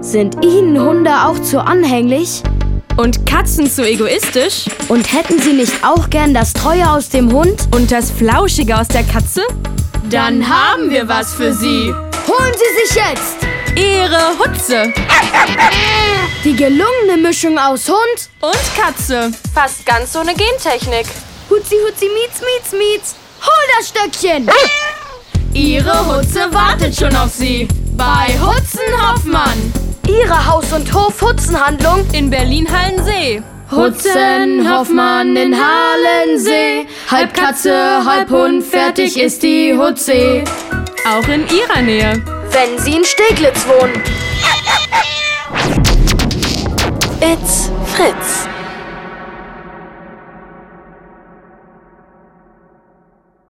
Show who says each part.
Speaker 1: Sind Ihnen Hunde auch zu anhänglich?
Speaker 2: Und Katzen zu egoistisch?
Speaker 1: Und hätten Sie nicht auch gern das Treue aus dem Hund?
Speaker 2: Und das Flauschige aus der Katze?
Speaker 3: Dann haben wir was für Sie.
Speaker 1: Holen Sie sich jetzt!
Speaker 2: Ihre Hutze
Speaker 1: Die gelungene Mischung aus Hund
Speaker 2: und Katze.
Speaker 4: Fast ganz ohne Gentechnik.
Speaker 1: Hutzi Hutzi Mietz Mietz Mietz. Hol das Stöckchen!
Speaker 3: Ihre Hutze wartet schon auf Sie. Bei Hutzen Hoffmann.
Speaker 1: Ihre Haus- und Hof-Hutzenhandlung
Speaker 2: In Berlin-Hallensee.
Speaker 3: Hutzen Hoffmann in Halensee. Halb Katze, halb Hund, fertig ist die Hutze.
Speaker 2: Auch in Ihrer Nähe.
Speaker 1: wenn Sie in Steglitz wohnen.
Speaker 4: It's Fritz.